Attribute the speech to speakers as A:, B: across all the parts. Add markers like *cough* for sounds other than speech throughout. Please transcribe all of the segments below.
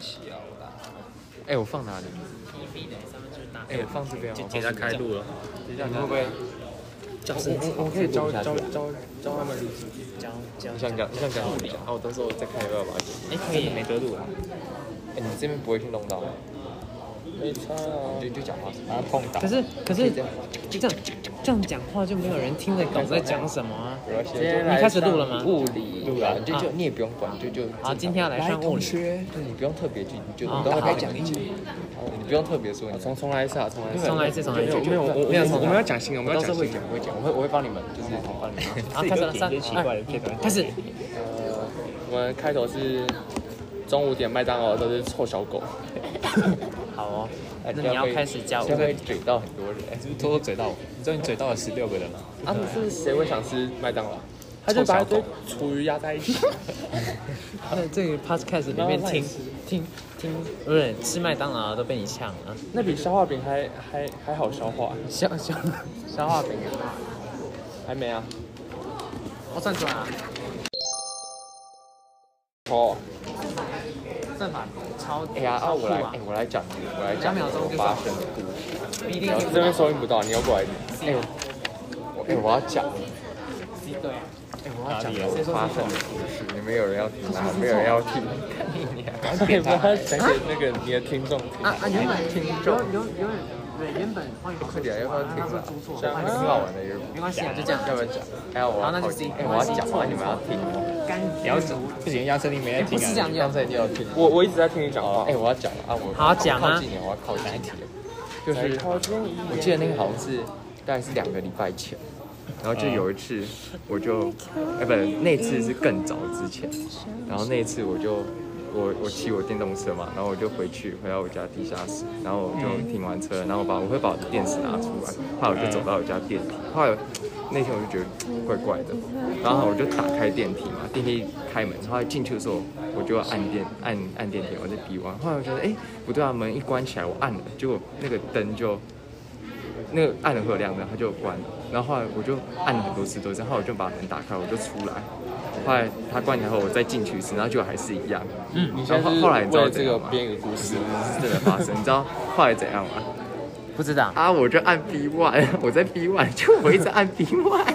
A: 西啊，我打。
B: 哎，我放哪里？
C: EV 的上面就是打
B: 哎，我放这边。
C: 就
B: 好吧
C: 直接
D: 他开路了，
B: 等一下，你会不会？
C: 叫声
B: 我我我可以教
C: 啊
B: 教教教他们录制。
C: 教教
B: 你想讲，你想讲什么？啊，我到时候再看要不要把它剪
C: 哎，可以
D: 没得路了，
B: 哎，你这边不会去弄到吗？
A: 没差啊
B: 你就就讲话。
D: 把他碰倒
C: 可。是可是这样这样讲话就没有人听得懂在讲什么啊。
B: 没关系
A: 今天
C: 你
A: 来
C: 开始录了吗
A: 上物理
B: 录了，你就就
C: 啊
B: 你也不用管，就就。
C: 好，今天要来上物
A: 同
C: 理，
A: 学，
B: 对你不用特别去，你就
C: 啊
B: 你都
A: 打
B: 会
A: 开讲
B: 讲一
A: 义
B: 起。你不用特别说你。
A: 重重来一次啊，重来一次。
C: 重来一次，重来一次
A: 没有。没有，我
B: 没有
A: 我我们要讲新的，我们
B: 到时
A: 要讲
B: 候会
A: 新的
B: 讲，。我会讲，我会我会帮你们，就是帮你们。
C: 好，开始了，
D: 自己
C: 三
D: 有点奇怪的片段
C: 二，开始。
A: 呃，我们开头是中午点麦当劳都是臭小狗，哎
C: 好哦，那你要开始教
B: 就
C: 我。
B: 会嘴到很多人。
D: 哎，是不是偷偷嘴到我？你知道你嘴到了十六个人吗？
A: 啊，是谁会想吃麦当劳？他就把一堆厨余压在
C: *laughs*
A: 一起，
C: 在这个 podcast 里面听听听，不是吃麦当劳都被你抢了。
A: 那比消化饼还还还好消化，
C: 消消啊
A: 消化饼还没啊？
C: 我算出来了，
A: 哦，
C: 算法超
B: 哎呀，啊，
C: 超
B: 我
C: 酷
B: 来，
C: 啊
B: 哎，！我来讲，我来讲
C: 两秒钟就
B: 发
C: 上
B: 生的故事。
C: 一定
A: 然
C: 要
A: 后这边收音不到，你要过来一点。
B: 哎，我哎，我要讲，
C: 对，
B: 哎，我要讲
D: 哪里啊
B: 我发生的故事，你们有人要听吗？没有人要听。
A: 你不要讲给那个你的听众听。
C: 啊啊，原本听有有有对，原本欢迎
B: 快点，要不要听
C: 他说
B: 啊
C: 出？错，
B: 这样很好玩的一个。
C: 没关系啊，就这样。
B: 要不要讲？哎呀，我要
C: 好那就
B: 考
C: 行
B: 哎，我要讲完，你们要听吗。
C: 干
D: 你要不行，杨森林没在听
C: 不是这
D: 啊。
C: 样
B: 刚
C: 讲，
B: 才你有听吗？
A: 我我一直在听你讲
B: 哦
A: 话，
B: 哎，我要讲了啊，我
C: 好讲啊
B: 靠近一点，我要靠近一
A: 啊
B: 点。就是我记得那个好像是大概是两个礼拜前，然后就有一次我就，哎、不，那次是更早之前，然后那一次我就我我骑我电动车嘛，然后我就回去回到我家地下室，然后我就停完车，然后我把我会把我的电池拿出来，后来我就走到我家电梯，后来我那天我就觉得怪怪的，然后我就打开电梯嘛，电梯开门，后来进去的时候我就按电按按电梯，我在逼弯，后来我觉得哎、不对啊，门一关起来我按了，结果那个灯就。那个按了会有亮灯，它就关了。然后后来我就按了很多次都是，后来我就把门打开，我就出来。后来它关起来后，我再进去一次，然后就还是一样。嗯，
A: 你
B: 然
A: 现在
B: 后
A: 是
B: 后来你知
A: 为
B: 道
A: 了这
B: 怎
A: 个
B: 样吗？
A: 编一个故事，
B: *laughs* 是真的发生，你知道后来怎样吗？
C: 不
B: *laughs*
C: 知道。
B: 啊，我就按 B one，我在 B one，就我一直按 B
A: *laughs*
B: one，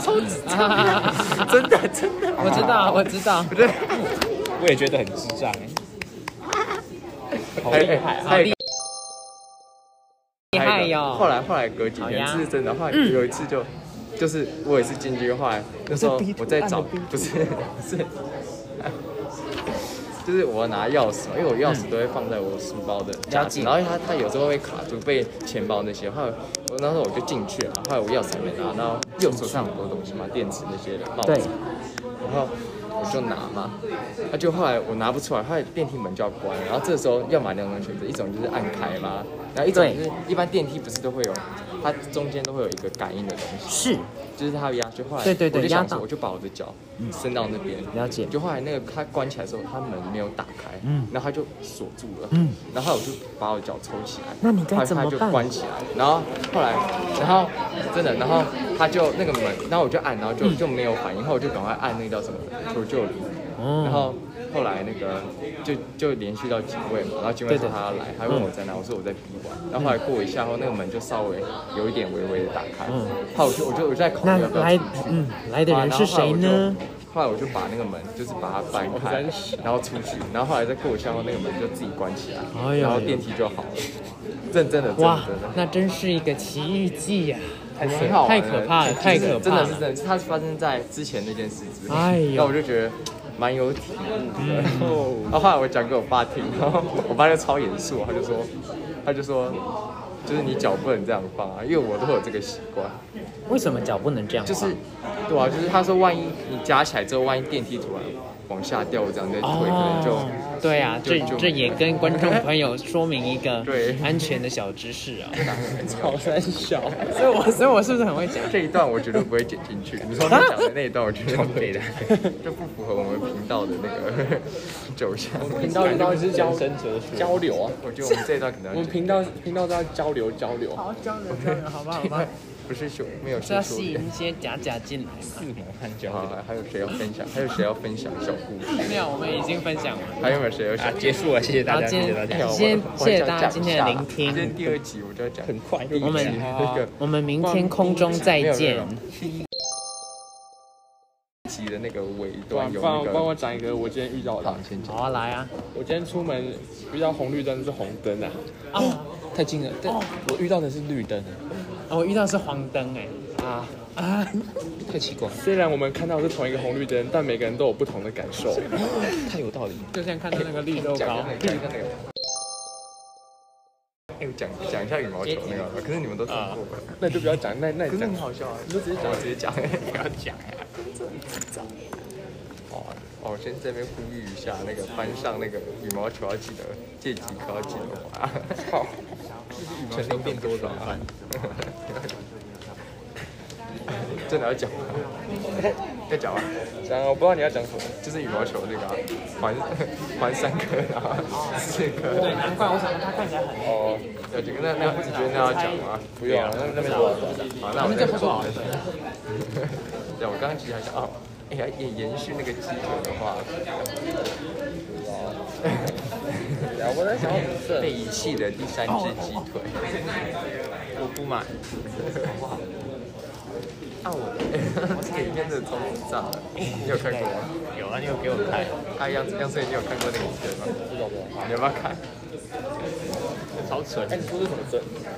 B: 超智障，真的真的，
C: 我知道，我知道。
B: 不对，
D: 我也觉得很智障哎。
B: 好厉害，还有一个
C: 厉害
B: 后
C: 哟！
B: 来后来隔几天
C: 好呀嗯
B: 是真的，后来有一次就就是我也是进去，后来那时候我在找，不是 *laughs* 是，就是我拿钥匙嘛，因为我钥匙都会放在我书包的夹
C: 嗯了
B: 子，
C: 解
B: 然后它它有时候会卡住被钱包那些，后来我那时候我就进去了，后来我钥匙还没拿，然后右手上有很多东西嘛，电池那些的帽
C: 对
B: 子，然后我就拿嘛，啊，就后来我拿不出来，后来电梯门就要关了，然后这时候要买两种选择，一种就是按开嘛，然后一种
C: 对
B: 就是一般电梯不是都会有，它中间都会有一个感应的东西，
C: 是
B: 就是它压就后来
C: 对对对
B: 我就想
C: 压
B: 说
C: 到嗯
B: 我就把我的脚伸到那边，
C: 了解
B: 就后来那个它关起来的时候，它门没有打开，
C: 嗯
B: 然后它就锁住了，
C: 嗯，
B: 然后我就把我脚抽起来，
C: 那你该
B: 后来
C: 怎么
B: 它就
C: 办
B: 关起来，然后后来，然后真的，然后它就那个门，然后我就按，然后就就没有反应，后来我就赶快按那个叫什么求救铃，然
C: 哦，
B: 后后来那个就就连续到警卫嘛，然后警卫说
C: 对对嗯
B: 他要来，他问我在哪，我说我在 B 馆。然后后来过一下后，那个门就稍微有一点微微的打开，
C: 嗯
B: 后来我就我就我就在考虑
C: 那
B: 要不要
C: 来
B: 进去
C: 嗯来的人是谁呢？
B: 后来我就后来我就把那个门就是把它掰
C: *laughs*
B: 开，然后出去，然后后来再过一下后，那个门就自己关起
C: 哎
B: 来，
C: 呦
B: 然后电梯就好了。认真的，真的
C: 哇
B: 真的，，
C: 那真是一个奇遇记呀！
B: 很很好玩
C: 太可怕了
B: 就是
C: 太可怕了
B: 真的是真的，是它是发生在之前那件事之后，
C: 哎呦
B: 那我就觉得蛮有体悟的。然后后来我讲给我爸听，然后我爸就超严肃，他就说，他就说。就是你脚不能这样放啊，因为我都有这个习惯。
C: 为什么脚不能这样
B: 就
C: 放？
B: 是，对啊，就是他说万一你夹起来之后，万一电梯突然往下掉，这样你的腿可能就、
C: 哦，对啊，
B: 就
C: 这
B: 就
C: 这也跟观众朋友说明一个
B: 对
C: 安全的小知识啊。
A: 好三小。
C: 所以我所以我是不是很会讲？
B: 这一段我绝对不会剪进去。你说他讲的那一段，我绝对不会的，这不符合我们频道的那个走向。
A: 频道频道是交
D: 人生哲学
A: 交流啊，
B: 我觉得我们这一段可能
A: 我
B: 要
A: 们
B: 剪。
A: 频道频道都要交流交流。
C: 好，交流交流，好吧好吧。
B: 不是修没有
C: 是
B: 修
C: 要
B: 书
C: 吸
B: 的
C: 引。一些假假进来嘛？
D: 四毛汗交
B: 好，还有谁要分享？还有谁要分享小故事？
C: 没有，我们已经分享完。
B: 还有没有谁要
D: 啊，
B: 想？
D: 结束了，谢谢
C: 然
D: 大
C: 后
D: 家，
C: 今
D: 谢谢大家，
C: 天
B: 哎呀我
C: 啊今天
B: 我
C: 谢谢
B: 想
C: 大家
B: 讲
C: 今天
B: 一
C: 的
B: 下
C: 聆
B: 今天
C: 听，
B: 第二集我就要讲
D: 很快就
C: 我们
D: 结束
B: 那个
C: 我们明天空中再见。
B: 集的那个尾端
A: 帮
B: 有那
A: 啊帮帮
B: 个
A: 我讲一个我今天遇到的
B: 好，。你先
C: 好
B: 讲。
C: 啊，来啊！
A: 我今天出门遇到红绿灯是红灯啊，
C: 啊，
D: 太近了，
A: 哦
D: 但我遇到的是绿灯，
C: 哦我遇到是黄灯哎
A: 啊！
C: 啊！
D: 太奇怪了，
A: 虽然我们看到是同一个红绿灯，但每个人都有不同的感受。
D: 太有道理了。
C: 就像看到那个绿豆
B: 讲一下，
C: 糕
B: 那个，讲一下那个。哎，我讲讲一下羽毛球那个好了，可是你们都听过吧？
A: 啊那就不要讲，那那
B: 可
A: 你
B: 是
A: 讲
B: 很好笑啊！你就直接讲，我直接讲，不要讲呀。哦哦，我先这边呼吁一下，那个班上那个羽毛球要记得，借几颗要记得滑。 *laughs* 好，成绩变多少啊？ *laughs* 真的要
A: *laughs*
B: 讲吗？要讲吗？
A: 讲啊，我不知道你要讲什么。
B: 就是羽毛球那个、啊， *laughs* 还还三颗，然后四颗。
C: 对，难怪我想他看起来很累。
B: 哦，要这个那那你觉得那要讲吗？
A: 不用啊，那那边我
B: 好，那我再说好了。对，我刚刚其实还想哦，哎呀，也延续那个基础的话，
A: 啊我在想什么
B: 被遗弃的第三只鸡腿，我不买。 *laughs* 啊我，这个影片真的超智障的，你有看过吗？
D: 有啊，你有给我看，
B: 啊杨杨森，你有看过那个影片吗？有，你要不要看？
D: 超蠢
A: 哎，，你出的什么证？